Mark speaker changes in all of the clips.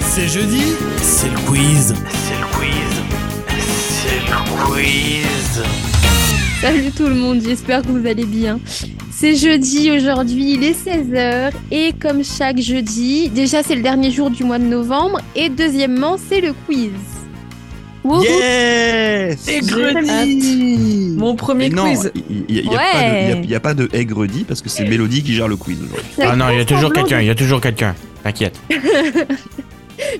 Speaker 1: C'est jeudi, c'est le quiz.
Speaker 2: C'est le quiz. C'est le quiz.
Speaker 3: Salut tout le monde, j'espère que vous allez bien. C'est jeudi aujourd'hui, il est 16h et comme chaque jeudi, déjà c'est le dernier jour du mois de novembre et deuxièmement c'est le quiz. Wouhou.
Speaker 1: Yes
Speaker 4: Aigredi
Speaker 5: Mon premier
Speaker 4: Mais non,
Speaker 5: quiz.
Speaker 4: il n'y a,
Speaker 3: Ouais.
Speaker 4: pas de- il y a- il y a pas de aigredi parce que c'est
Speaker 3: Euh,
Speaker 4: Mélodie qui gère le quiz aujourd'hui.
Speaker 3: Ça
Speaker 6: Ah non, il y a toujours
Speaker 3: semblant
Speaker 6: quelqu'un, il y a toujours quelqu'un. T'inquiète.
Speaker 3: de-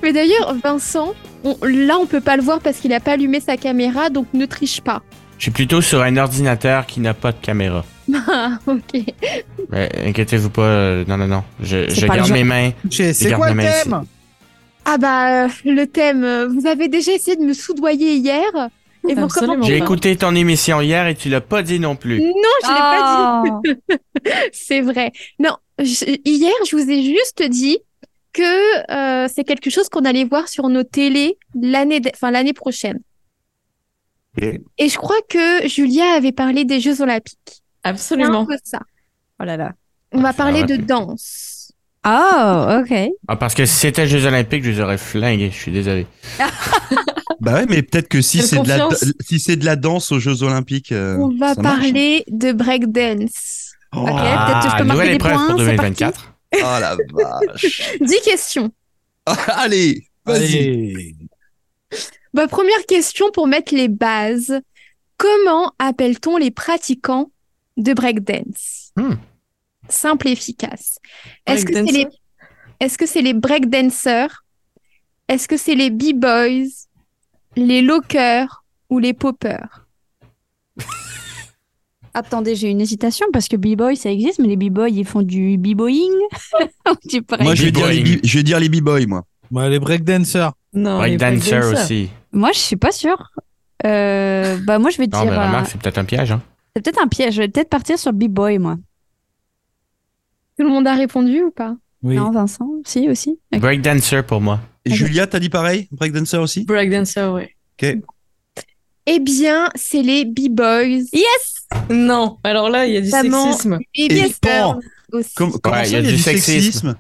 Speaker 3: Mais d'ailleurs Vincent, on- là on peut pas le voir parce qu'il a pas allumé sa caméra donc ne triche pas.
Speaker 6: Je suis plutôt sur un ordinateur qui n'a pas de caméra.
Speaker 3: Ah, ok.
Speaker 6: Mais inquiétez-vous pas, euh, non, non, non. Je,
Speaker 5: C'est
Speaker 6: je
Speaker 5: pas le
Speaker 6: garde
Speaker 5: genre.
Speaker 6: mes mains.
Speaker 1: C'est c'est
Speaker 6: Regarde,
Speaker 1: quoi le
Speaker 6: mais c'est-
Speaker 1: thème
Speaker 3: Ah bah euh, le thème, euh, vous avez déjà essayé de me soudoyer hier et vous
Speaker 5: Absolument.
Speaker 3: recommencez.
Speaker 6: J'ai écouté ton émission hier et tu l'as pas dit non plus.
Speaker 3: Non, je l'ai pas dit. C'est vrai. Non, je- hier, je vous ai juste dit que euh, c'est quelque chose qu'on allait voir sur nos télés l'année de- enfin, l'année prochaine.
Speaker 4: Et-
Speaker 3: Et je crois que Julia avait parlé des Jeux Olympiques. C'est un
Speaker 5: Absolument.
Speaker 3: peu ça.
Speaker 5: Oh là là.
Speaker 3: On va parler de
Speaker 6: arrêter.
Speaker 3: danse.
Speaker 7: Oh,
Speaker 5: Ah, ok.
Speaker 6: Ah, parce que si c'était Jeux Olympiques, je les aurais flingués, je suis désolé.
Speaker 4: Bah ouais, mais peut-être que si
Speaker 5: Quelle
Speaker 4: c'est de la
Speaker 5: confiance.
Speaker 4: si c'est de la danse aux Jeux Olympiques, euh,
Speaker 3: On va
Speaker 4: ça marche.
Speaker 3: parler de breakdance.
Speaker 4: Oh,
Speaker 3: Ok,
Speaker 6: ah,
Speaker 3: peut-être que je peux marquer
Speaker 6: nouvelle
Speaker 3: des
Speaker 6: épreuve
Speaker 3: points.
Speaker 6: pour
Speaker 3: c'est parti.
Speaker 6: 2024.
Speaker 4: ah la vache.
Speaker 3: 10 questions.
Speaker 4: Allez, vas-y.
Speaker 1: Allez.
Speaker 3: Bah, première question pour mettre les bases. Comment appelle-t-on les pratiquants de breakdance?
Speaker 6: Hmm.
Speaker 3: Simple et efficace. Est-ce que c'est
Speaker 5: Breakdancer.
Speaker 3: les, est-ce que c'est les breakdancers? Est-ce que c'est les b-boys, les lockers ou les poppers?
Speaker 7: Attendez, j'ai une hésitation parce que B-Boy ça existe, mais les B-Boys ils font du B-Boying. J'ai pas-
Speaker 4: Moi je vais dire les
Speaker 6: B-boying.
Speaker 4: bi- je vais dire les b-boys moi.
Speaker 1: Bah, les breakdancers.
Speaker 5: Non, les
Speaker 6: Breakdancer
Speaker 5: breakdancers.
Speaker 6: aussi.
Speaker 7: Moi je suis pas sûre. Euh, bah moi je vais
Speaker 6: Non,
Speaker 7: dire.
Speaker 6: mais
Speaker 7: euh,
Speaker 6: remarque, c'est peut-être un piège, hein.
Speaker 7: c'est peut-être un piège. Je vais peut-être partir sur B-Boy moi.
Speaker 3: Tout le monde a répondu ou pas?
Speaker 1: Oui.
Speaker 7: Non, Vincent, si aussi.
Speaker 6: Bah,
Speaker 7: Ok.
Speaker 6: Breakdancer pour moi.
Speaker 4: Et Julia, t'as dit pareil, breakdancer aussi.
Speaker 5: Breakdancer, ouais.
Speaker 3: Eh bien, c'est les b-boys,
Speaker 7: Yes.
Speaker 5: Non, alors là, il y a du
Speaker 3: Notamment-
Speaker 5: sexisme.
Speaker 3: les
Speaker 4: Et
Speaker 3: lockers
Speaker 4: pan.
Speaker 3: aussi.
Speaker 4: Com- comment
Speaker 6: Ouais,
Speaker 4: ça,
Speaker 6: il y a du sexisme.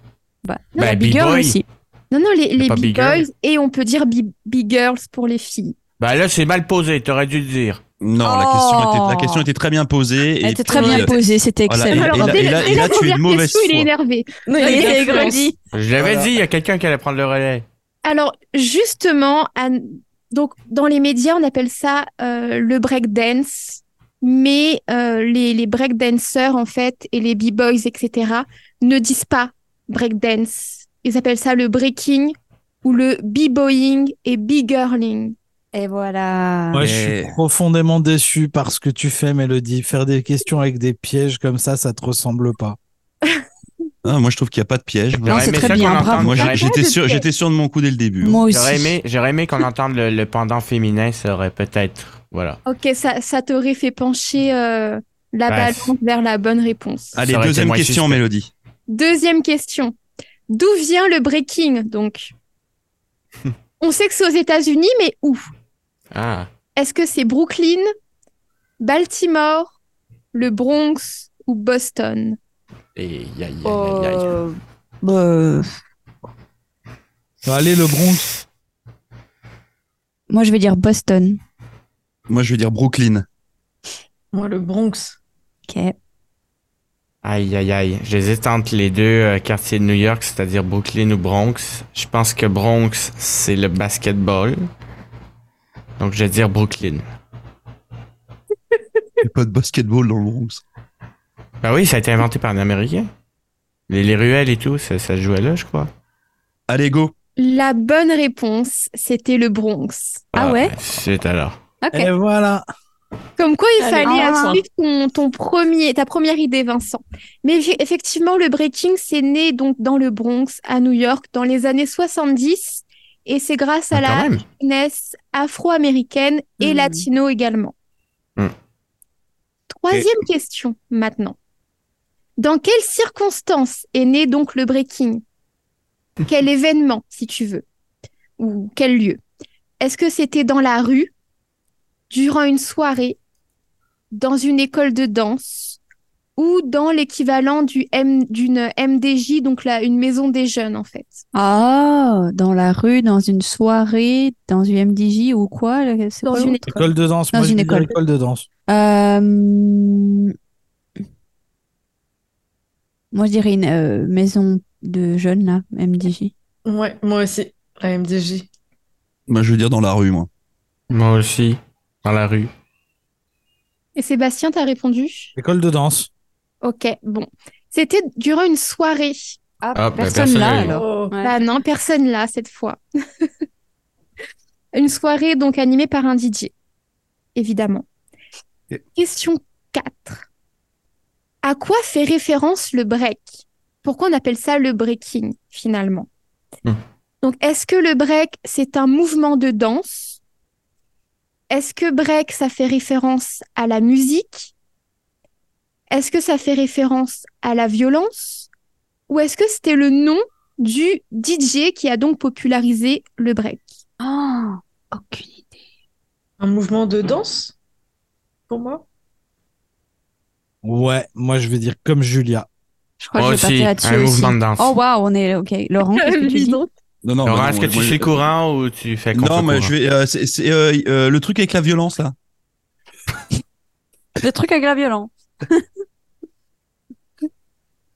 Speaker 7: Bah,
Speaker 6: Bah,
Speaker 7: la B-Girl
Speaker 6: B-Boy.
Speaker 7: aussi.
Speaker 3: Non, non, les, les
Speaker 6: pas
Speaker 3: b-boys et on peut dire bi- b-girls pour les filles.
Speaker 6: Bah là, c'est mal posé, t'aurais dû le dire.
Speaker 4: Non, la
Speaker 7: Oh.
Speaker 4: question était la question était très bien posée.
Speaker 7: Elle
Speaker 4: et
Speaker 7: était très
Speaker 4: puis,
Speaker 7: bien
Speaker 4: euh,
Speaker 7: posée, c'était
Speaker 4: voilà,
Speaker 7: excellent.
Speaker 4: et- et
Speaker 3: Alors,
Speaker 4: là-
Speaker 3: dès
Speaker 4: et
Speaker 3: la-
Speaker 4: là-
Speaker 3: dès
Speaker 4: et
Speaker 3: la
Speaker 4: là, tu es
Speaker 3: première
Speaker 4: de mauvaise
Speaker 3: question, il est
Speaker 4: foi.
Speaker 3: énervé.
Speaker 5: Non,
Speaker 7: Il
Speaker 5: y a
Speaker 7: est
Speaker 5: de l'influence.
Speaker 7: aigredi.
Speaker 6: Je l'avais
Speaker 4: Voilà.
Speaker 6: dit, il y a quelqu'un qui allait prendre le relais.
Speaker 3: Alors, justement, Anne- donc, dans les médias, on appelle ça euh, le breakdance, mais euh, les, les breakdancers, en fait, et les b-boys, etc., ne disent pas breakdance. Ils appellent ça le breaking ou le b-boying et b-girling.
Speaker 7: Et voilà.
Speaker 1: Moi,
Speaker 4: Mais-
Speaker 1: je suis profondément déçu par ce que tu fais, Mélodie. Faire des questions avec des pièges comme ça, ça te ressemble pas.
Speaker 4: Ah, moi je trouve qu'il n'y a pas de piège.
Speaker 7: Non,
Speaker 6: J'aurais
Speaker 7: c'est
Speaker 6: aimé
Speaker 7: très
Speaker 6: ça
Speaker 7: bien,
Speaker 6: qu'on
Speaker 7: bravo.
Speaker 6: entende-
Speaker 4: Moi
Speaker 6: j'aurais-
Speaker 4: j'étais sûr j'étais sûr de mon coup dès le début. hein.
Speaker 7: Moi aussi.
Speaker 6: J'aurais aimé, j'aurais aimé qu'on entende le, le pendant féminin, ça aurait peut-être. Voilà.
Speaker 3: Ok, ça, ça t'aurait fait pencher euh, la
Speaker 6: Ouais.
Speaker 3: balance vers la bonne réponse.
Speaker 4: Allez,
Speaker 6: Ça aurait été
Speaker 4: deuxième
Speaker 6: moins
Speaker 4: question,
Speaker 6: suspect.
Speaker 4: Mélodie.
Speaker 3: Deuxième question. D'où vient le breaking, donc? On sait que c'est aux États-Unis, mais où?
Speaker 6: Ah.
Speaker 3: Est-ce que c'est Brooklyn, Baltimore, le Bronx ou Boston?
Speaker 6: Et aïe, aïe, aïe, aïe, aïe.
Speaker 7: Euh, bah,
Speaker 1: Allez, le Bronx.
Speaker 7: moi je vais dire Boston.
Speaker 4: Moi je vais dire Brooklyn.
Speaker 5: Moi, le Bronx.
Speaker 7: Ok.
Speaker 6: Aïe, aïe, aïe. J'hésite entre les deux euh, quartiers de New York, c'est-à-dire Brooklyn ou Bronx. Je pense que Bronx, c'est le basketball. Donc, je vais dire Brooklyn.
Speaker 4: Il n'y a pas de basketball dans le Bronx.
Speaker 6: Bah oui, ça a été inventé par un Américain. Les, les ruelles et tout, ça, ça se jouait là, je crois.
Speaker 4: Allez, go.
Speaker 3: La bonne réponse, c'était le Bronx.
Speaker 7: Ah ouais
Speaker 6: C'est alors.
Speaker 7: Ok.
Speaker 1: Et voilà.
Speaker 3: Comme quoi, il
Speaker 5: Allez,
Speaker 3: fallait
Speaker 7: au revoir.
Speaker 3: assurer ton, ton premier, ta première idée, Vincent. Mais eff- effectivement, le breaking, c'est né donc dans le Bronx, à New York, dans les années 70, et c'est grâce à
Speaker 6: Ah,
Speaker 3: la
Speaker 6: quand même.
Speaker 3: jeunesse afro-américaine et
Speaker 5: Hmm.
Speaker 3: latino également.
Speaker 6: Hmm.
Speaker 3: Troisième question maintenant. Dans quelles circonstances est né donc le breaking Quel événement, si tu veux Ou quel lieu Est-ce que c'était dans la rue Durant une soirée Dans une école de danse ou dans l'équivalent du M- d'une MDJ, donc la, une maison des jeunes en fait.
Speaker 7: Ah, dans la rue, dans une soirée, dans une MDJ ou quoi là, c'est
Speaker 3: Dans
Speaker 7: quoi
Speaker 3: une
Speaker 7: l'autre
Speaker 1: École de danse,
Speaker 7: Dans
Speaker 1: moi je
Speaker 7: une
Speaker 1: dis
Speaker 7: école.
Speaker 1: l'école de danse.
Speaker 7: Euh, Moi, je dirais une euh, maison de jeunes, là, MDJ.
Speaker 5: Ouais, moi aussi. La MDJ.
Speaker 4: Moi, je veux dire dans la rue, moi.
Speaker 6: Moi aussi, dans la rue.
Speaker 3: Et Sébastien, t'as répondu?
Speaker 1: École de danse.
Speaker 3: Ok, bon. C'était durant une soirée.
Speaker 6: Ah, bah, personne n'a eu.
Speaker 5: Oh.
Speaker 7: Ouais.
Speaker 3: Bah non, personne là cette fois. Une soirée donc animée par un DJ, évidemment.
Speaker 4: Et-
Speaker 3: Question 4. À quoi fait référence le break? Pourquoi on appelle ça le breaking finalement?
Speaker 6: Hmm.
Speaker 3: Donc est-ce que le break c'est un mouvement de danse? Est-ce que break ça fait référence à la musique? Est-ce que ça fait référence à la violence? Ou est-ce que c'était le nom du DJ qui a donc popularisé le break.
Speaker 7: Ah, aucune idée.
Speaker 5: Un mouvement de danse Pour moi
Speaker 1: Ouais, moi je vais dire comme Julia.
Speaker 7: Je crois
Speaker 6: Moi
Speaker 7: que je vais
Speaker 6: aussi,
Speaker 7: partir là-dessus
Speaker 6: un
Speaker 7: aussi.
Speaker 6: mouvement de danse.
Speaker 7: Oh, waouh, on est OK. Laurent, qu'est-ce que tu dis?
Speaker 4: Non, non,
Speaker 6: Laurent,
Speaker 4: bah non,
Speaker 6: est-ce que
Speaker 4: moi,
Speaker 6: tu
Speaker 4: je-
Speaker 6: fais courant ou tu fais contre
Speaker 4: Non, mais je vais. euh, c'est c'est, euh, euh, le truc avec la violence, là.
Speaker 7: Le truc avec la violence.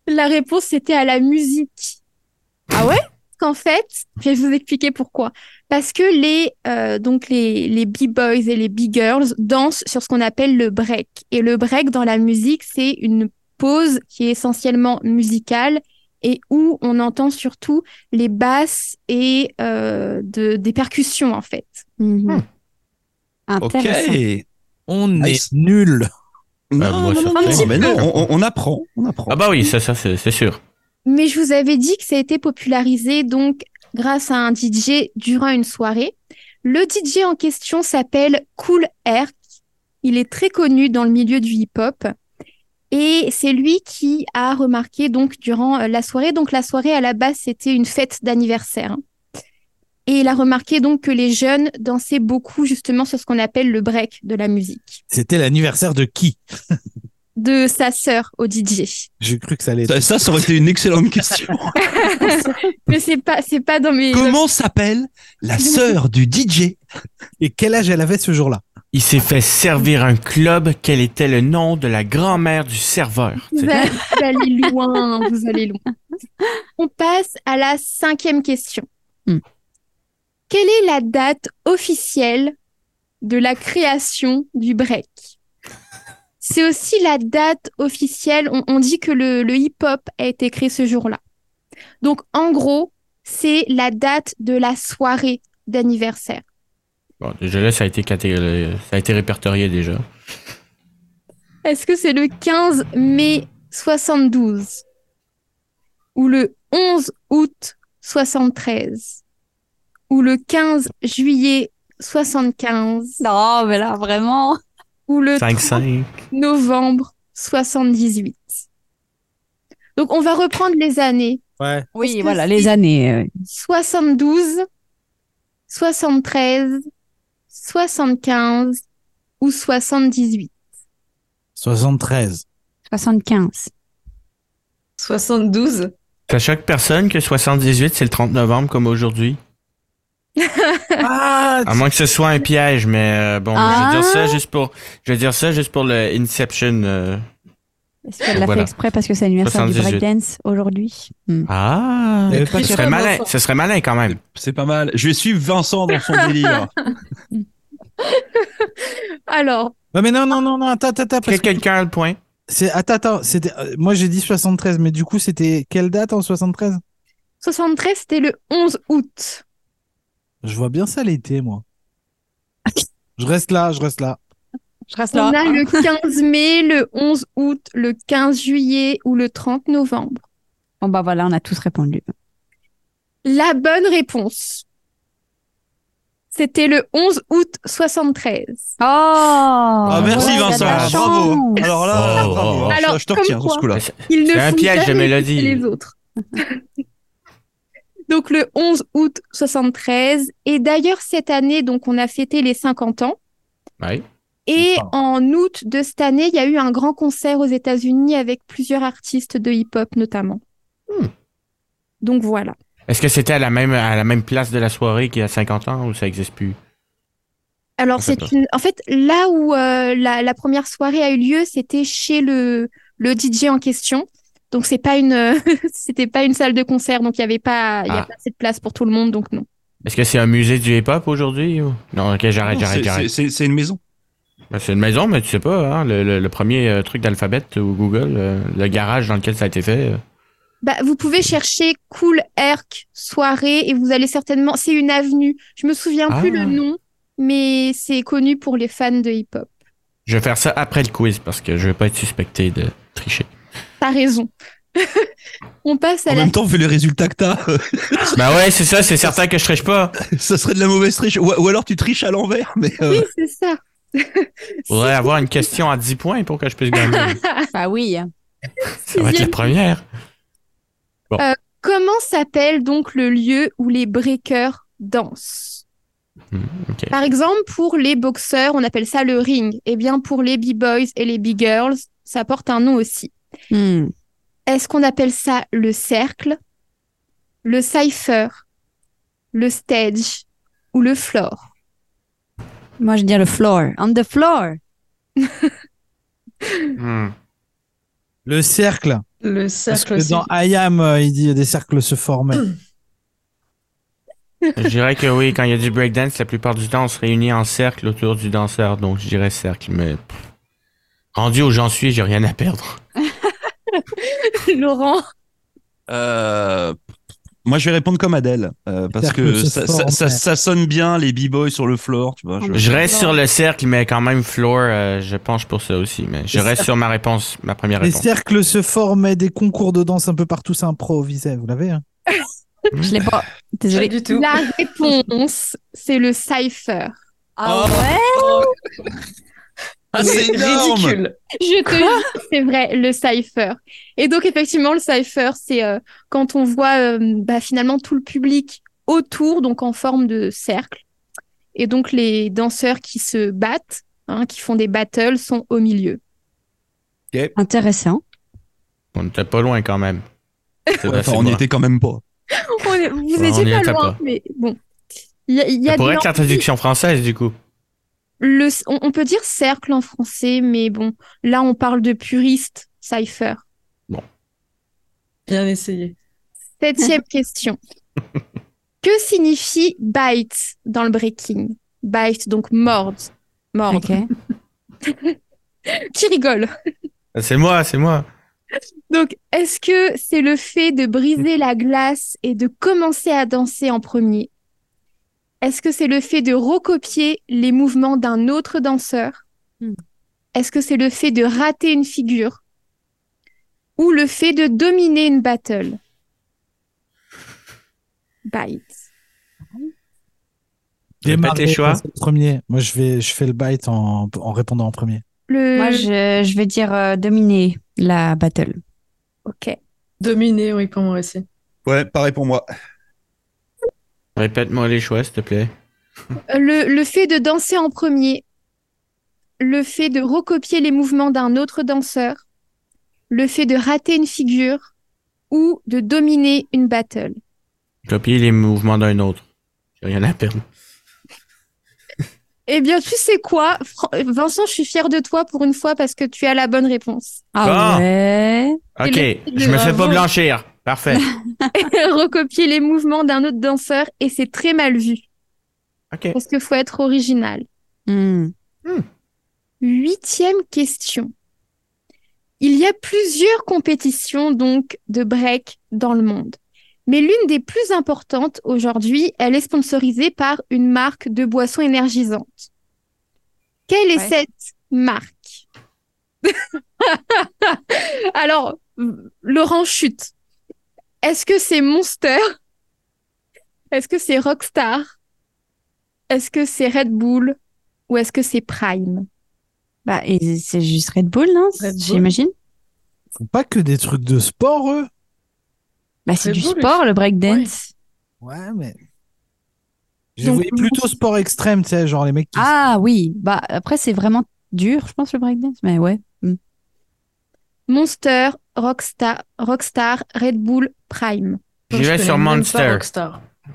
Speaker 3: La réponse c'était à la musique.
Speaker 7: Ah ouais
Speaker 3: Qu'en fait, je vais vous expliquer pourquoi. Parce que les euh, donc les les b-boys et les b-girls dansent sur ce qu'on appelle le break. Et le break dans la musique, c'est une pause qui est essentiellement musicale et où on entend surtout les basses et euh, de, des percussions en fait.
Speaker 7: Mhm.
Speaker 6: Hmm.
Speaker 4: Ok.
Speaker 7: Intéressant.
Speaker 1: On
Speaker 4: Nice.
Speaker 1: est nul.
Speaker 6: Bah, moi, ça fait-
Speaker 4: mais non, on, on apprend. On apprend.
Speaker 6: Ah bah oui, ça, ça c'est c'est sûr.
Speaker 3: Mais je vous avais dit que ça a été popularisé donc grâce à un DJ durant une soirée. Le DJ en question s'appelle Cool Herc. Il est très connu dans le milieu du hip-hop et c'est lui qui a remarqué donc durant euh, la soirée. Donc la soirée à la base c'était une fête d'anniversaire. hein. Et il a remarqué donc que les jeunes dansaient beaucoup justement sur ce qu'on appelle le break de la musique.
Speaker 1: C'était l'anniversaire de qui
Speaker 3: De sa sœur au DJ.
Speaker 1: J'ai cru que ça
Speaker 6: bah,
Speaker 1: allait être.
Speaker 4: Ça, ça, ça aurait été une excellente question.
Speaker 3: Mais c'est pas, c'est pas dans mes.
Speaker 4: Comment s'appelle la sœur du DJ
Speaker 1: Et quel âge elle avait ce jour-là
Speaker 6: Il s'est fait servir un club. Quel était le nom de la grand-mère du serveur? tu
Speaker 3: Vous
Speaker 6: sais.
Speaker 3: allez, vous allez loin, vous allez loin. On passe à la cinquième question.
Speaker 7: Hmm.
Speaker 3: Quelle est la date officielle de la création du break C'est aussi la date officielle, on, on dit que le, le hip-hop a été créé ce jour-là. Donc en gros, c'est la date de la soirée d'anniversaire.
Speaker 6: Bon, déjà là, ça a été, catég- ça a été répertorié déjà.
Speaker 3: Est-ce que c'est le 15 mai 72 ou le 11 août 73 ou le 15 juillet 75
Speaker 7: Non, mais là, vraiment.
Speaker 3: ou le 30
Speaker 6: 5-5.
Speaker 3: novembre 78 Donc on va reprendre les années
Speaker 1: Ouais.
Speaker 3: Parce
Speaker 7: Oui,
Speaker 3: que
Speaker 7: voilà,
Speaker 3: si-
Speaker 7: les années. euh,
Speaker 3: 72 73 75 ou 78
Speaker 1: 73.
Speaker 7: 75.
Speaker 5: 72
Speaker 6: Ça choque personne que 78, c'est le 30 novembre comme aujourd'hui.
Speaker 1: Ah,
Speaker 6: À moins que ce soit un piège, mais euh, bon, je vais dire ça juste pour, je vais dire ça juste pour le Inception. euh.
Speaker 7: Est-ce qu'elle l'a
Speaker 6: Voilà.
Speaker 7: fait exprès parce que c'est l'anniversaire du
Speaker 6: 78.
Speaker 7: breakdance aujourd'hui Hmm.
Speaker 6: Ah,
Speaker 1: Il y avait
Speaker 6: ce
Speaker 1: pas de
Speaker 6: serait
Speaker 5: choix,
Speaker 6: malin,
Speaker 5: Vincent.
Speaker 6: ce serait malin quand même.
Speaker 4: C'est pas mal. Je vais suivre Vincent dans son délire.
Speaker 3: Alors,
Speaker 1: Ouais, mais non, non, non, non, attends, attends, attends,
Speaker 6: Est-ce
Speaker 1: parce
Speaker 6: que quelqu'un a le point
Speaker 1: que c'est, attends, attends, c'était, euh, moi j'ai dit 73, mais du coup c'était quelle date en 73?
Speaker 3: 73 c'était le 11 août.
Speaker 1: Je vois bien ça l'été, moi. Je reste là, je reste là.
Speaker 7: Je reste
Speaker 3: On
Speaker 7: là.
Speaker 6: Ah.
Speaker 3: a le 15 mai, le 11 août, le 15 juillet ou le 30 novembre.
Speaker 7: Bon, bah voilà, on a tous répondu.
Speaker 3: La bonne réponse. C'était le 11 août 73.
Speaker 7: Oh Ah,
Speaker 4: merci, Vincent. Bravo. Alors là,
Speaker 6: Oh,
Speaker 4: bravo,
Speaker 6: oh,
Speaker 4: hein.
Speaker 3: Alors,
Speaker 4: je, je te
Speaker 3: comme
Speaker 4: retiens sur
Speaker 3: quoi.
Speaker 4: ce coup-là.
Speaker 3: Il ne
Speaker 6: C'est un
Speaker 3: font
Speaker 6: piège de
Speaker 3: jamais
Speaker 6: mélodie.
Speaker 3: écouter les autres. donc le 11 août 73 et d'ailleurs cette année donc on a fêté les 50 ans
Speaker 6: Oui.
Speaker 3: Et en août de cette année, il y a eu un grand concert aux États-Unis avec plusieurs artistes de hip-hop notamment.
Speaker 6: Hmm.
Speaker 3: Donc voilà.
Speaker 6: Est-ce que c'était à la même à la même place de la soirée qu'il y a 50 ans ou ça existe plus
Speaker 3: Alors,
Speaker 6: Je sais
Speaker 3: c'est
Speaker 6: pas.
Speaker 3: une... en fait, là où euh, la, la première soirée a eu lieu, c'était chez le, le DJ en question. Donc, c'est pas une, c'était pas une salle de concert. Donc, il y avait pas, il y a
Speaker 6: Ah.
Speaker 3: pas assez de place pour tout le monde. Donc, non.
Speaker 6: Est-ce que c'est un musée du hip-hop aujourd'hui ou... Non, ok, j'arrête,
Speaker 4: Non,
Speaker 6: j'arrête,
Speaker 4: c'est- c'est-
Speaker 6: j'arrête.
Speaker 4: C'est c'est une maison.
Speaker 6: Ben, C'est une maison, mais tu sais pas, hein, le, le- le premier euh, truc d'Alphabet ou Google, euh, le garage dans lequel ça a été fait. euh.
Speaker 3: Bah, vous pouvez chercher Cool Herc soirée et vous allez certainement, c'est une avenue. Je me souviens plus le
Speaker 6: Ah.
Speaker 3: nom, mais c'est connu pour les fans de hip-hop.
Speaker 6: Je vais faire ça après le quiz parce que je vais pas être suspecté de tricher.
Speaker 3: T'as raison. On passe à
Speaker 4: En
Speaker 3: la
Speaker 4: même temps, vu les résultats que t'as,
Speaker 6: bah ouais, c'est ça, c'est certain que je triche pas.
Speaker 4: ça serait de la mauvaise triche. Ou, ou alors tu triches à l'envers, mais euh,
Speaker 3: Oui, c'est ça.
Speaker 6: Faudrait avoir une question à 10 points pour que je puisse gagner.
Speaker 7: Ah oui. hein.
Speaker 6: ça va être la
Speaker 3: Sixième.
Speaker 6: première.
Speaker 3: Comment s'appelle donc le lieu où les breakers dansent?
Speaker 6: Hmm, ok.
Speaker 3: Par exemple, pour les boxeurs, on appelle ça le ring. Eh bien, pour les b-boys et les b-girls, ça porte un nom aussi.
Speaker 7: Hmm.
Speaker 3: Est-ce qu'on appelle ça le cercle, le cipher, le stage ou le floor?
Speaker 7: Moi, je dis le floor. On the floor.
Speaker 6: Hmm.
Speaker 1: Le cercle.
Speaker 5: Le
Speaker 1: Parce
Speaker 5: cercle
Speaker 1: que
Speaker 5: aussi.
Speaker 1: dans I Am, euh, il dit des cercles se formaient.
Speaker 6: Je dirais que oui, quand il y a du breakdance, la plupart du temps, on se réunit en cercle autour du danseur, donc je dirais cercle, mais pff. rendu où j'en suis, j'ai rien à perdre.
Speaker 3: Laurent,
Speaker 4: euh, moi je vais répondre comme Adèle euh, parce
Speaker 1: C'est-à-dire
Speaker 4: que
Speaker 1: que ce
Speaker 4: ça,
Speaker 1: soir,
Speaker 4: ça- ça-
Speaker 1: ouais.
Speaker 4: ça sonne bien les b-boys sur le floor, tu vois. je-
Speaker 6: Je reste sur le cercle, mais quand même, Floor, euh, je penche pour ça aussi, mais je
Speaker 1: Les
Speaker 6: reste sur ma réponse, ma première
Speaker 1: Les
Speaker 6: réponse.
Speaker 1: cercles se formaient, des concours de danse un peu partout s'improvisaient. Vous l'avez, hein
Speaker 7: Je l'ai pas.
Speaker 5: Pas
Speaker 7: Désolée.
Speaker 5: du tout.
Speaker 3: la réponse, c'est le cipher.
Speaker 7: Ah ouais?
Speaker 4: Ah,
Speaker 5: C'est
Speaker 4: c'est énorme.
Speaker 5: ridicule.
Speaker 3: Je te jure, c'est vrai, le cipher. Et donc, effectivement, le cipher, c'est euh, quand on voit euh, bah, finalement tout le public autour, donc en forme de cercle. Et donc, les danseurs qui se battent, hein, qui font des battles, sont au milieu.
Speaker 7: Intéressant.
Speaker 6: On était pas loin quand même. C'est
Speaker 4: Ouais,
Speaker 6: vrai,
Speaker 4: enfin,
Speaker 6: c'est
Speaker 4: on n'y
Speaker 6: bon.
Speaker 4: était quand même pas.
Speaker 3: On est- vous
Speaker 6: Ouais, on
Speaker 3: étiez
Speaker 6: y
Speaker 3: pas
Speaker 6: était
Speaker 3: loin,
Speaker 6: pas.
Speaker 3: mais bon. Il y a, il y a
Speaker 6: Ça
Speaker 3: de
Speaker 6: pourrait être la
Speaker 3: l'envie.
Speaker 6: traduction française, du coup.
Speaker 3: Le- on, on peut dire cercle en français, mais bon, là, on parle de puriste cipher.
Speaker 5: Bien essayé.
Speaker 3: Septième question. Que signifie bite dans le breaking Bite, donc mordre. Mordre.
Speaker 7: Ok.
Speaker 3: Qui rigole
Speaker 6: C'est moi, c'est moi.
Speaker 3: Donc, est-ce que c'est le fait de briser la glace et de commencer à danser en premier Est-ce que c'est le fait de recopier les mouvements d'un autre danseur
Speaker 7: Hmm.
Speaker 3: Est-ce que c'est le fait de rater une figure Ou le fait de dominer une battle Bite.
Speaker 6: Répète
Speaker 1: Démarrer,
Speaker 6: les choix.
Speaker 1: c'est le premier. Moi, je, vais, je fais le bite en, en répondant en premier.
Speaker 3: Le...
Speaker 7: Moi, je, je vais dire euh, dominer la battle.
Speaker 3: Ok.
Speaker 5: Dominé, oui, pour moi aussi.
Speaker 4: Ouais, pareil pour moi.
Speaker 6: Répète-moi les choix, s'il te plaît.
Speaker 3: Euh, Le, le fait de danser en premier, le fait de recopier les mouvements d'un autre danseur, le fait de rater une figure ou de dominer une battle.
Speaker 6: Copier les mouvements d'un autre. J'ai rien à perdre.
Speaker 3: Eh bien, tu sais quoi, Fran- Vincent, je suis fière de toi pour une fois parce que tu as la bonne réponse.
Speaker 7: Ah
Speaker 6: Ah.
Speaker 7: ouais?
Speaker 6: Ok,
Speaker 3: Et le-
Speaker 6: je me fais pas
Speaker 3: Bravo.
Speaker 6: blanchir. Parfait.
Speaker 3: recopier les mouvements d'un autre danseur et c'est très mal vu
Speaker 6: Ok.
Speaker 3: parce qu'il faut être original.
Speaker 7: Hmm.
Speaker 3: Huitième question. Il y a plusieurs compétitions donc de break dans le monde. Mais l'une des plus importantes aujourd'hui, elle est sponsorisée par une marque de boissons énergisantes. Quelle est
Speaker 7: Ouais.
Speaker 3: cette marque Alors, Laurent chute. Est-ce que c'est Monster Est-ce que c'est Rockstar Est-ce que c'est Red Bull Ou est-ce que c'est Prime
Speaker 7: Bah, et c'est juste Red Bull, non?
Speaker 5: Red Bull.
Speaker 7: J'imagine.
Speaker 1: Ils font pas que des trucs de sport, eux
Speaker 7: Bah, c'est
Speaker 5: Red
Speaker 7: du
Speaker 5: Bull,
Speaker 7: sport, le breakdance.
Speaker 1: Ouais, mais. Je voyais plutôt sport extrême, tu sais, genre les mecs qui.
Speaker 7: Ah oui, bah après c'est vraiment dur, je pense le breakdance, mais ouais. Mm.
Speaker 3: Monster, Rockstar, Rockstar, Red Bull, Prime.
Speaker 6: J'y vais sur Monster.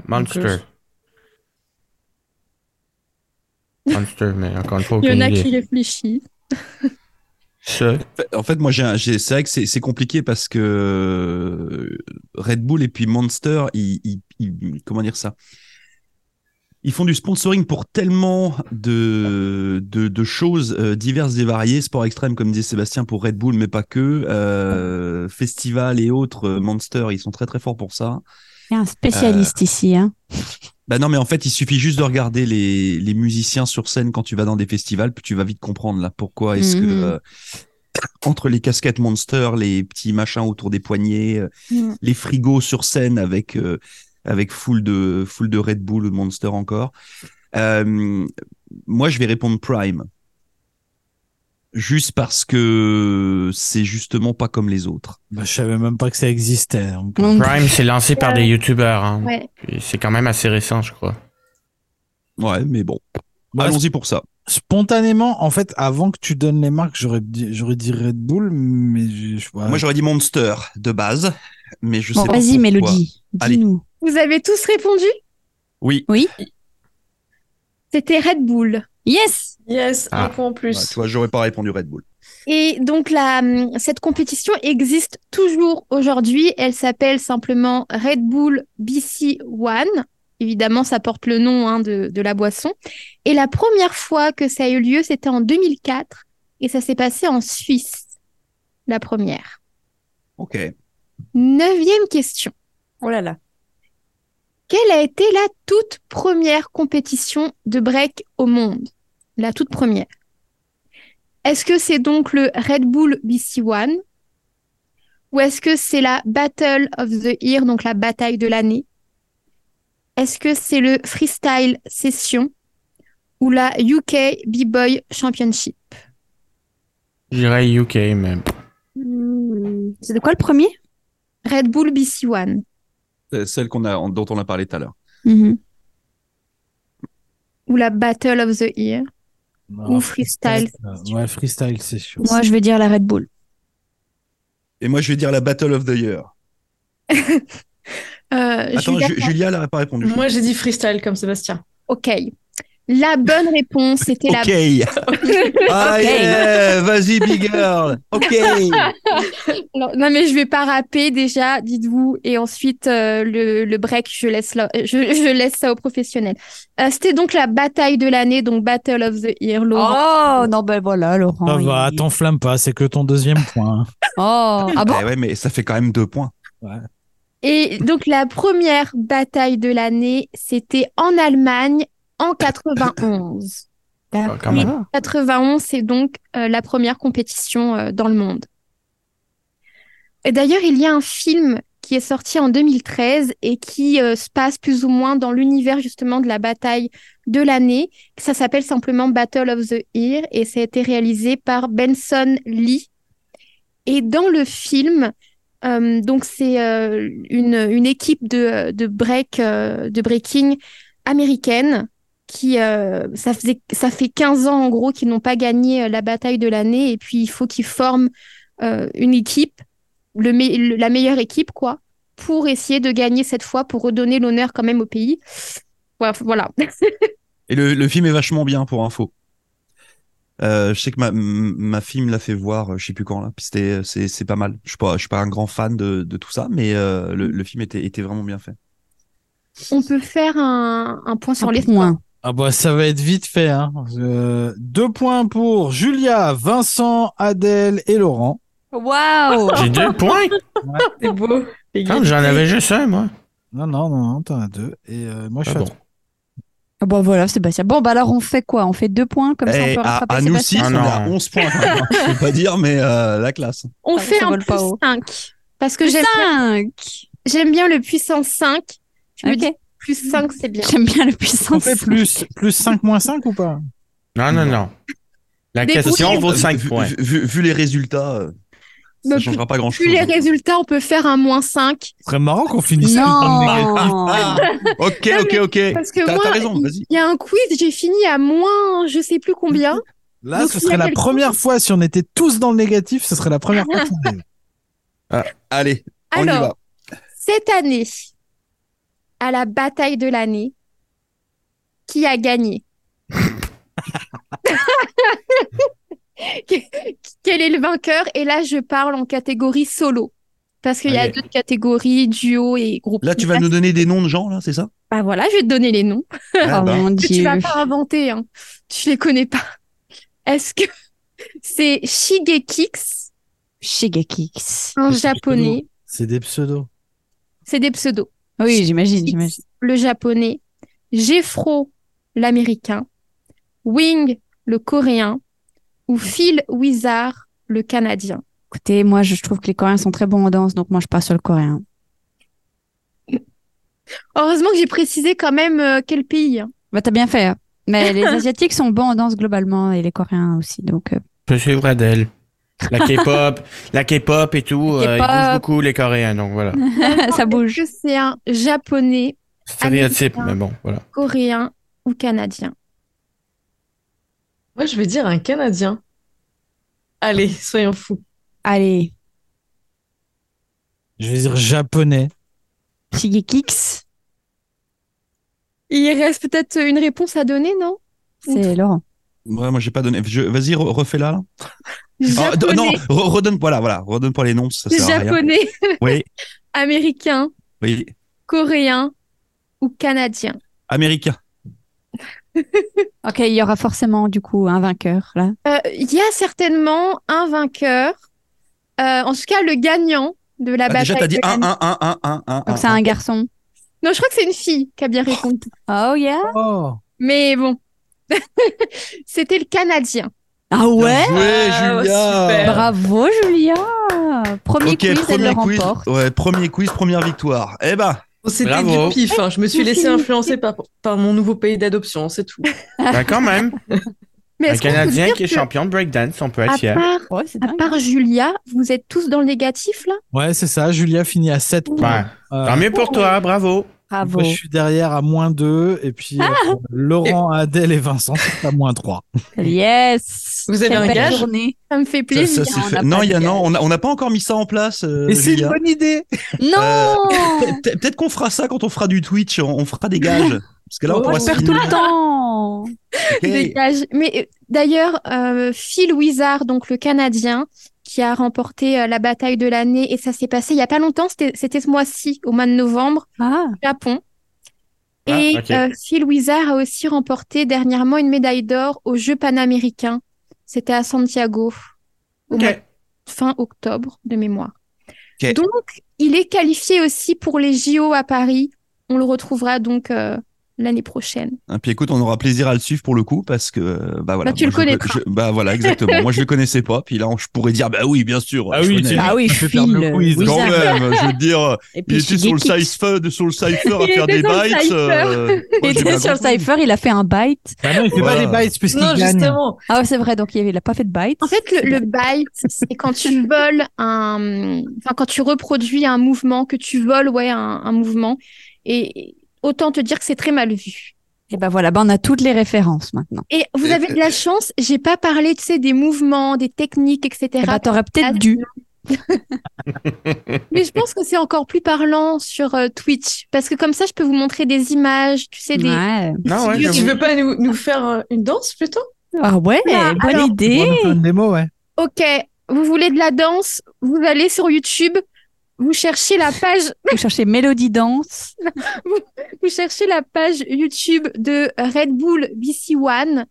Speaker 6: Monster. Monster, mais encore une fois,
Speaker 3: Il y en
Speaker 6: aucune
Speaker 3: a qui
Speaker 6: idée.
Speaker 3: réfléchissent.
Speaker 6: Ça,
Speaker 4: Fait- En fait, moi, j'ai, un- j'ai- c'est vrai que c'est, c'est compliqué parce que euh, Red Bull et puis Monster, ils, ils- ils- comment dire ça Ils font du sponsoring pour tellement de, de, de choses euh, diverses et variées. Sport extrême, comme disait Sébastien, pour Red Bull, mais pas que. Euh, festival et autres, euh, Monster, ils sont très très forts pour ça.
Speaker 7: Il y a un spécialiste
Speaker 4: Euh,
Speaker 7: ici, hein.
Speaker 4: Bah non, mais en fait, il suffit juste de regarder les, les musiciens sur scène quand tu vas dans des festivals, puis tu vas vite comprendre là pourquoi est-ce que
Speaker 7: Mhm.
Speaker 4: euh, entre les casquettes Monster, les petits machins autour des poignets, euh,
Speaker 3: Mhm.
Speaker 4: les frigos sur scène avec euh, avec full de full de Red Bull ou de Monster encore. Euh, moi, je vais répondre Prime, juste parce que c'est justement pas comme les autres.
Speaker 1: Bah, je savais même pas que ça existait. donc. euh.
Speaker 7: Donc,
Speaker 6: Prime, c'est lancé par des youtubeurs. hein.
Speaker 3: Ouais.
Speaker 6: Puis C'est quand même assez récent, je crois.
Speaker 4: Ouais, mais bon,
Speaker 1: Bah,
Speaker 4: allons-y pour ça.
Speaker 1: Spontanément, en fait, avant que tu donnes les marques, j'aurais dit, j'aurais dit Red Bull, mais je, je- ouais.
Speaker 4: Moi, j'aurais dit Monster de base, mais je
Speaker 7: bon,
Speaker 4: sais pas
Speaker 7: vas-y
Speaker 4: pourquoi.
Speaker 7: Mélodie,
Speaker 4: Allez.
Speaker 7: dis-nous.
Speaker 3: Vous avez tous répondu
Speaker 4: Oui.
Speaker 3: C'était Red Bull.
Speaker 7: Yes
Speaker 5: Yes,
Speaker 6: Ah.
Speaker 5: un point en plus.
Speaker 4: Ouais, Bah, tu vois, j'aurais pas répondu Red Bull.
Speaker 3: Et donc, la, hum, cette compétition existe toujours aujourd'hui. Elle s'appelle simplement Red Bull BC One. Évidemment, ça porte le nom hein, de, de la boisson. Et la première fois que ça a eu lieu, c'était en 2004. Et ça s'est passé en Suisse, la première.
Speaker 4: Ok.
Speaker 3: Neuvième question.
Speaker 5: Oh là là.
Speaker 3: Quelle a été la toute première compétition de break au monde? La toute première. Est-ce que c'est donc le Red Bull BC One? Ou est-ce que c'est la Battle of the Year, donc la bataille de l'année? Est-ce que c'est le Freestyle Session? Ou la UK B-Boy Championship?
Speaker 6: J'irais UK, mais
Speaker 7: Hmm, C'est de quoi le premier
Speaker 3: Red Bull BC One.
Speaker 4: C'est Euh, Celle qu'on a, dont on a parlé tout à l'heure.
Speaker 7: Mhm.
Speaker 3: Ou la Battle of the Year?
Speaker 1: Non,
Speaker 3: Ou freestyle.
Speaker 1: euh, Ouais, freestyle, c'est sûr.
Speaker 7: Moi je vais dire la Red Bull.
Speaker 4: Et moi, je vais dire la Battle of the Year.
Speaker 3: Euh,
Speaker 4: Attends,
Speaker 3: Julia,
Speaker 4: Ju- Julia, elle n'a pas répondu.
Speaker 5: Moi, j'ai dit freestyle comme Sébastien.
Speaker 3: Ok. La bonne réponse, c'était la
Speaker 4: Ok. ah, yeah, Vas-y, big girl. Ok.
Speaker 3: Alors, non, mais je vais pas rapper déjà, dites-vous. Et ensuite, euh, le, le break, je laisse, là- je, je laisse ça aux professionnels. Euh, C'était donc la bataille de l'année, donc Battle of the Year. Laurent.
Speaker 7: Oh non ben voilà
Speaker 3: Ah
Speaker 7: Laurent.
Speaker 1: Ça
Speaker 7: il-
Speaker 1: va, t'enflamme pas, c'est que ton deuxième point. hein.
Speaker 7: Oh ah bon
Speaker 4: Eh ouais, mais ça fait quand même deux points.
Speaker 3: Et donc, la première bataille de l'année, c'était en Allemagne en 91.
Speaker 7: Ah,
Speaker 6: euh, quand même.
Speaker 3: 91, c'est donc euh, la première compétition euh, dans le monde. Et d'ailleurs, il y a un film qui est sorti en 2013 et qui euh, se passe plus ou moins dans l'univers justement de la bataille de l'année. Ça s'appelle simplement Battle of the Year et ça a été réalisé par Benson Lee. Et dans le film, euh, donc c'est euh, une, une équipe de, de break, euh, de breaking américaine qui euh, ça faisait ça fait 15 ans en gros qu'ils n'ont pas gagné euh, la bataille de l'année et puis il faut qu'ils forment euh, une équipe le, me- le- la meilleure équipe quoi pour essayer de gagner cette fois pour redonner l'honneur quand même au pays Ouais, f- voilà
Speaker 4: Et le, le film est vachement bien pour info. Euh, je sais que ma, m- ma fille me l'a fait voir, euh, je sais plus quand là. Puis c'était, c'est, c'est pas mal. Je suis pas, je suis pas un grand fan de, de tout ça, mais euh, le, le film était, était vraiment bien fait.
Speaker 3: on peut faire un, un point sur
Speaker 7: Un
Speaker 3: les
Speaker 7: point.
Speaker 1: Ah bah ça va être vite fait. Hein. Euh, deux points pour Julia, Vincent, Adèle et Laurent.
Speaker 7: Waouh
Speaker 6: J'ai deux points.
Speaker 5: C'est beau.
Speaker 6: Putain, J'en avais juste un, moi.
Speaker 1: Non, non, non, non t'en as deux. Et euh, moi je
Speaker 6: Ah
Speaker 1: suis à
Speaker 6: bon.
Speaker 1: trois.
Speaker 7: Ah, Bon voilà Sébastien. Bon bah alors on fait quoi On fait deux points comme ça on
Speaker 4: Eh,
Speaker 7: peut
Speaker 4: à,
Speaker 7: rattraper
Speaker 4: à nous six,
Speaker 7: Sébastien.
Speaker 6: Ah
Speaker 4: on est à
Speaker 6: non.
Speaker 4: 11 points. quand même, hein. Je peux pas dire, mais euh, la classe.
Speaker 3: on
Speaker 7: Ça-
Speaker 3: fait
Speaker 7: ça
Speaker 3: un
Speaker 7: vole
Speaker 3: plus
Speaker 7: pas haut.
Speaker 3: 5 parce que j'aime
Speaker 7: Cinq.
Speaker 3: j'aime bien le puissance 5 je me dis
Speaker 7: Ok.
Speaker 3: plus 5 c'est bien
Speaker 7: J'aime bien le
Speaker 1: On
Speaker 7: puissance.
Speaker 1: fait plus, plus 5 moins 5 ou pas
Speaker 6: Non, non, non. La
Speaker 3: Des
Speaker 6: question
Speaker 3: couilles.
Speaker 6: vaut
Speaker 4: Vu-
Speaker 6: 5
Speaker 4: vu-
Speaker 6: points.
Speaker 4: Vu, vu- vu les résultats. euh, Ça
Speaker 3: Mais
Speaker 4: changera pas grand chose.
Speaker 3: Vu les résultats, on peut faire un moins 5.
Speaker 1: Ce serait marrant qu'on finisse tout le temps
Speaker 7: Non
Speaker 1: négatif.
Speaker 4: Ok, ok,
Speaker 3: Non,
Speaker 4: ok.
Speaker 3: Parce que
Speaker 4: Eh, T'as
Speaker 3: moi,
Speaker 4: t'as raison,
Speaker 3: il-
Speaker 4: vas-y.
Speaker 3: il y a un quiz, j'ai fini à moins je sais plus combien.
Speaker 1: Là,
Speaker 3: Donc,
Speaker 1: ce
Speaker 3: s'il y a
Speaker 1: serait la
Speaker 3: quelqu'un-
Speaker 1: première fois, si on était tous dans le négatif, ce serait la première fois qu'on arrive.
Speaker 4: Allez, on y
Speaker 3: Alors,
Speaker 4: va.
Speaker 3: cette année, à la bataille de l'année, qui a gagné Que- Quel est le vainqueur Et là, je parle en catégorie solo. Parce qu'il y a
Speaker 6: Ok.
Speaker 3: deux catégories, duo et groupe.
Speaker 4: Là, tu vas nous donner des noms de gens, là, c'est ça
Speaker 3: Bah voilà, je vais te donner les noms.
Speaker 4: Ah,
Speaker 7: Oh
Speaker 4: bah.
Speaker 7: mon
Speaker 3: Tu
Speaker 7: dieu.
Speaker 3: vas pas inventer, hein. Tu les connais pas. Est-ce que c'est Shigekix,
Speaker 7: Shigekix.
Speaker 3: un
Speaker 1: C'est des
Speaker 3: japonais
Speaker 1: C'est des pseudos.
Speaker 3: C'est des pseudos.
Speaker 7: Oui, j'imagine, j'imagine.
Speaker 3: le japonais, Jeffro, l'américain, Wing, le coréen, ou Phil Wizard, le canadien.
Speaker 7: Écoutez, moi, je trouve que les Coréens sont très bons en danse, donc moi, je pars sur le Coréen.
Speaker 3: Heureusement que j'ai précisé quand même euh, quel pays. hein.
Speaker 7: Bah, t'as bien fait. Mais les Asiatiques sont bons en danse globalement et les Coréens aussi. Donc, euh,
Speaker 6: Je suis vrai d'elle. La K-pop, la K-pop et tout,
Speaker 7: La
Speaker 6: euh, ils bougent
Speaker 7: K-pop.
Speaker 6: beaucoup les Coréens, donc voilà.
Speaker 7: ça bouge.
Speaker 3: Est-ce que c'est un japonais,
Speaker 6: Stéréotype,
Speaker 3: Américain.
Speaker 6: mais bon, voilà.
Speaker 3: coréen ou canadien
Speaker 5: Moi, je vais dire un Canadien. Allez, soyons fous.
Speaker 7: Allez,
Speaker 1: Je vais dire japonais.
Speaker 7: Shigekix,
Speaker 3: Il reste peut-être une réponse à donner, non
Speaker 7: c'est Laurent.
Speaker 4: Ouais, moi, j'ai pas donné. Je- Vas-y, re- refais-la. là. Ah,
Speaker 3: Japonais,
Speaker 4: non, re- redonne, voilà, voilà, redonne pas les noms, ça sert à rien.
Speaker 3: japonais,
Speaker 4: Oui,
Speaker 3: américain,
Speaker 4: oui.
Speaker 3: coréen ou canadien
Speaker 4: Américain.
Speaker 7: Ok, il y aura forcément du coup un vainqueur là.
Speaker 3: Euh, Il y a certainement un vainqueur, Euh, en tout cas le gagnant de la
Speaker 4: Ah,
Speaker 7: bah,
Speaker 3: bataille.
Speaker 4: déjà, t'as dit
Speaker 3: de
Speaker 4: 1,
Speaker 3: l'année.
Speaker 4: 1, 1, 1, 1, 1.
Speaker 7: Donc c'est un garçon.
Speaker 3: Non, je crois que c'est une fille qui a bien répondu.
Speaker 7: Oh yeah.
Speaker 1: Oh,
Speaker 3: Mais bon, c'était le Canadien.
Speaker 7: Ah ouais.
Speaker 5: Ah,
Speaker 7: oh,
Speaker 5: super.
Speaker 7: Bravo Julia. Premier
Speaker 4: Ok,
Speaker 7: quiz, elle le
Speaker 4: premier quiz.
Speaker 7: remporte.
Speaker 4: Ouais, premier quiz, première victoire. Eh ben,
Speaker 5: Bon, Oh, C'était
Speaker 6: Bravo.
Speaker 5: du pif. hein. Je me suis laissé influencer par, par mon nouveau pays d'adoption, c'est tout.
Speaker 6: Ben, quand même,
Speaker 3: Mais
Speaker 6: un
Speaker 3: est-ce qu'on peut
Speaker 6: Canadien
Speaker 3: dire
Speaker 6: qui est
Speaker 3: que,
Speaker 6: champion de breakdance, on peut être
Speaker 3: à
Speaker 6: fier.
Speaker 3: part,
Speaker 7: Ouais, c'est
Speaker 4: Ah,
Speaker 3: à
Speaker 7: dingue.
Speaker 3: part Julia, vous êtes tous dans le négatif là
Speaker 1: Ouais, c'est ça. Julia finit à 7
Speaker 6: Ouais.
Speaker 1: points. Euh,
Speaker 6: Tant mieux pour toi, bravo.
Speaker 7: Bravo.
Speaker 1: moi, je suis derrière à moins 2. Et puis,
Speaker 5: Ah.
Speaker 1: euh, Laurent, Adèle et Vincent sont à moins 3.
Speaker 7: Yes.
Speaker 5: Vous avez
Speaker 7: Quelle
Speaker 5: un
Speaker 7: belle
Speaker 5: gage
Speaker 7: journée.
Speaker 3: Ça me fait
Speaker 4: ça,
Speaker 3: plaisir.
Speaker 4: ça, c'est
Speaker 7: on
Speaker 4: fait.
Speaker 7: n'a
Speaker 4: Non,
Speaker 7: pas
Speaker 4: il y a,
Speaker 7: de-
Speaker 4: non, on n'a on n'a pas encore mis ça en place. euh,
Speaker 1: et c'est une
Speaker 4: Julia.
Speaker 1: bonne idée.
Speaker 4: Euh,
Speaker 7: Non.
Speaker 4: Pe- pe- Peut-être qu'on fera ça quand on fera du Twitch, on, on fera des gages. Parce que là, on
Speaker 5: Oh,
Speaker 4: pourra
Speaker 5: on
Speaker 4: se
Speaker 5: perd
Speaker 7: Tout le temps.
Speaker 4: filmer.
Speaker 3: Dégage. Mais euh, d'ailleurs, euh, Phil Wizard, donc le Canadien, qui a remporté euh, la bataille de l'année, et ça s'est passé il y a pas longtemps, c'était c'était ce mois-ci, au mois de novembre,
Speaker 7: Ah.
Speaker 3: au Japon.
Speaker 6: Ah,
Speaker 3: Et
Speaker 6: ok.
Speaker 3: euh, Phil Wizard a aussi remporté dernièrement une médaille d'or aux Jeux panaméricains. C'était à Santiago, au mois
Speaker 6: Ok.
Speaker 3: de fin octobre de mémoire.
Speaker 4: Ok.
Speaker 3: Donc, il est qualifié aussi pour les JO à Paris. On le retrouvera donc euh, l'année prochaine.
Speaker 4: Et puis écoute, on aura plaisir à le suivre pour le coup parce que euh, bah voilà.
Speaker 3: Bah, tu
Speaker 4: moi,
Speaker 3: le
Speaker 4: je
Speaker 3: connaîtras.
Speaker 4: je- bah voilà, exactement. Moi je le connaissais pas. Puis là, on- je pourrais dire bah oui, bien sûr.
Speaker 1: Ah
Speaker 4: je
Speaker 1: oui,
Speaker 4: connais.
Speaker 1: c'est-
Speaker 7: Ah oui,
Speaker 1: Je vais faire
Speaker 7: Phil,
Speaker 1: le quiz,
Speaker 7: Wizard.
Speaker 4: quand même. Je veux dire,
Speaker 7: Et puis
Speaker 4: il était sur le
Speaker 7: Shigekix.
Speaker 4: Cypher, sur le Cypher à
Speaker 3: Il
Speaker 4: faire
Speaker 3: était
Speaker 4: des
Speaker 3: dans le
Speaker 4: bites.
Speaker 3: Cypher.
Speaker 4: euh,
Speaker 7: Il
Speaker 4: moi, j'ai
Speaker 7: était
Speaker 4: bien
Speaker 7: sur le
Speaker 4: compris.
Speaker 7: Cypher, il a fait un bite.
Speaker 1: Bah non, il fait
Speaker 4: Voilà.
Speaker 1: pas des bites puisqu'il
Speaker 5: Non,
Speaker 1: gagne.
Speaker 5: justement.
Speaker 7: Ah ouais, c'est vrai, donc il n'a pas fait de bite.
Speaker 3: En fait, le, le bite, c'est quand tu voles un, enfin quand tu reproduis un mouvement, que tu voles ouais un, un mouvement. Et autant te dire que c'est très mal vu.
Speaker 7: Et ben voilà, ben on a toutes les références maintenant.
Speaker 3: Et vous
Speaker 4: Et-
Speaker 3: avez
Speaker 6: euh,
Speaker 3: de la chance, j'ai pas parlé, tu sais, des mouvements, des techniques, etc.
Speaker 7: Eh ben, t'aurais peut-être dû.
Speaker 3: Mais je pense que c'est encore plus parlant sur euh, Twitch, parce que comme ça, je peux vous montrer des images, tu sais, des...
Speaker 7: Ouais.
Speaker 6: Non, Ah ouais,
Speaker 5: Tu- tu
Speaker 6: j'avoue.
Speaker 5: veux pas nous, nous faire euh, une danse plutôt
Speaker 7: Ah ouais,
Speaker 3: Là,
Speaker 7: bonne
Speaker 3: alors-
Speaker 1: On va
Speaker 7: idée.
Speaker 1: nous faire une démo, ouais.
Speaker 3: Ok, vous voulez de la danse, vous allez sur YouTube, vous cherchez la page,
Speaker 7: Vous cherchez Mélodie Danse.
Speaker 3: vous cherchez la page YouTube de Red Bull BC One,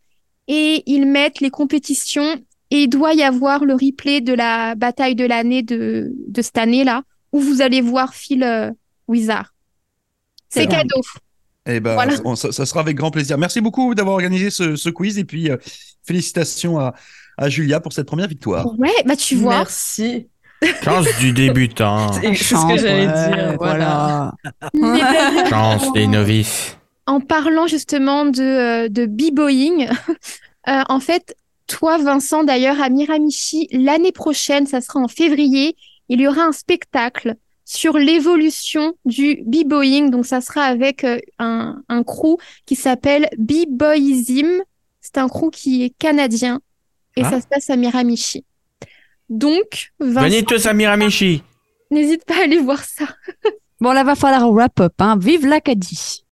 Speaker 3: et ils mettent les compétitions, et il doit y avoir le replay de la bataille de l'année de, de cette année-là, où vous allez voir Phil euh, Wizard. C'est
Speaker 7: C'est bon.
Speaker 3: cadeau.
Speaker 4: Eh ben,
Speaker 3: Voilà.
Speaker 4: on- ça, ça sera avec grand plaisir. Merci beaucoup d'avoir organisé ce, ce quiz et puis euh, félicitations à, à Julia pour cette première victoire.
Speaker 3: Ouais, bah tu vois.
Speaker 5: Merci.
Speaker 6: Chance du débutant,
Speaker 5: C'est c'est ce
Speaker 7: Chance,
Speaker 5: que j'allais
Speaker 1: ouais,
Speaker 5: dire. Voilà.
Speaker 7: Voilà.
Speaker 3: Mais d'ailleurs,
Speaker 6: chance des novices.
Speaker 3: en parlant justement de, euh, de b-boying, euh, en fait, toi, Vincent, d'ailleurs, à Miramichi, l'année prochaine, ça sera en février, il y aura un spectacle sur l'évolution du b-boying. Donc, ça sera avec euh, un, un crew qui s'appelle B-Boyism. C'est un crew qui est canadien et
Speaker 6: Ah.
Speaker 3: ça se passe à Miramichi. Donc, Vincent,
Speaker 6: Venez tous à Miramichi.
Speaker 3: n'hésite pas à aller voir ça.
Speaker 7: Bon, là, va falloir wrap up. Hein. Vive l'Acadie.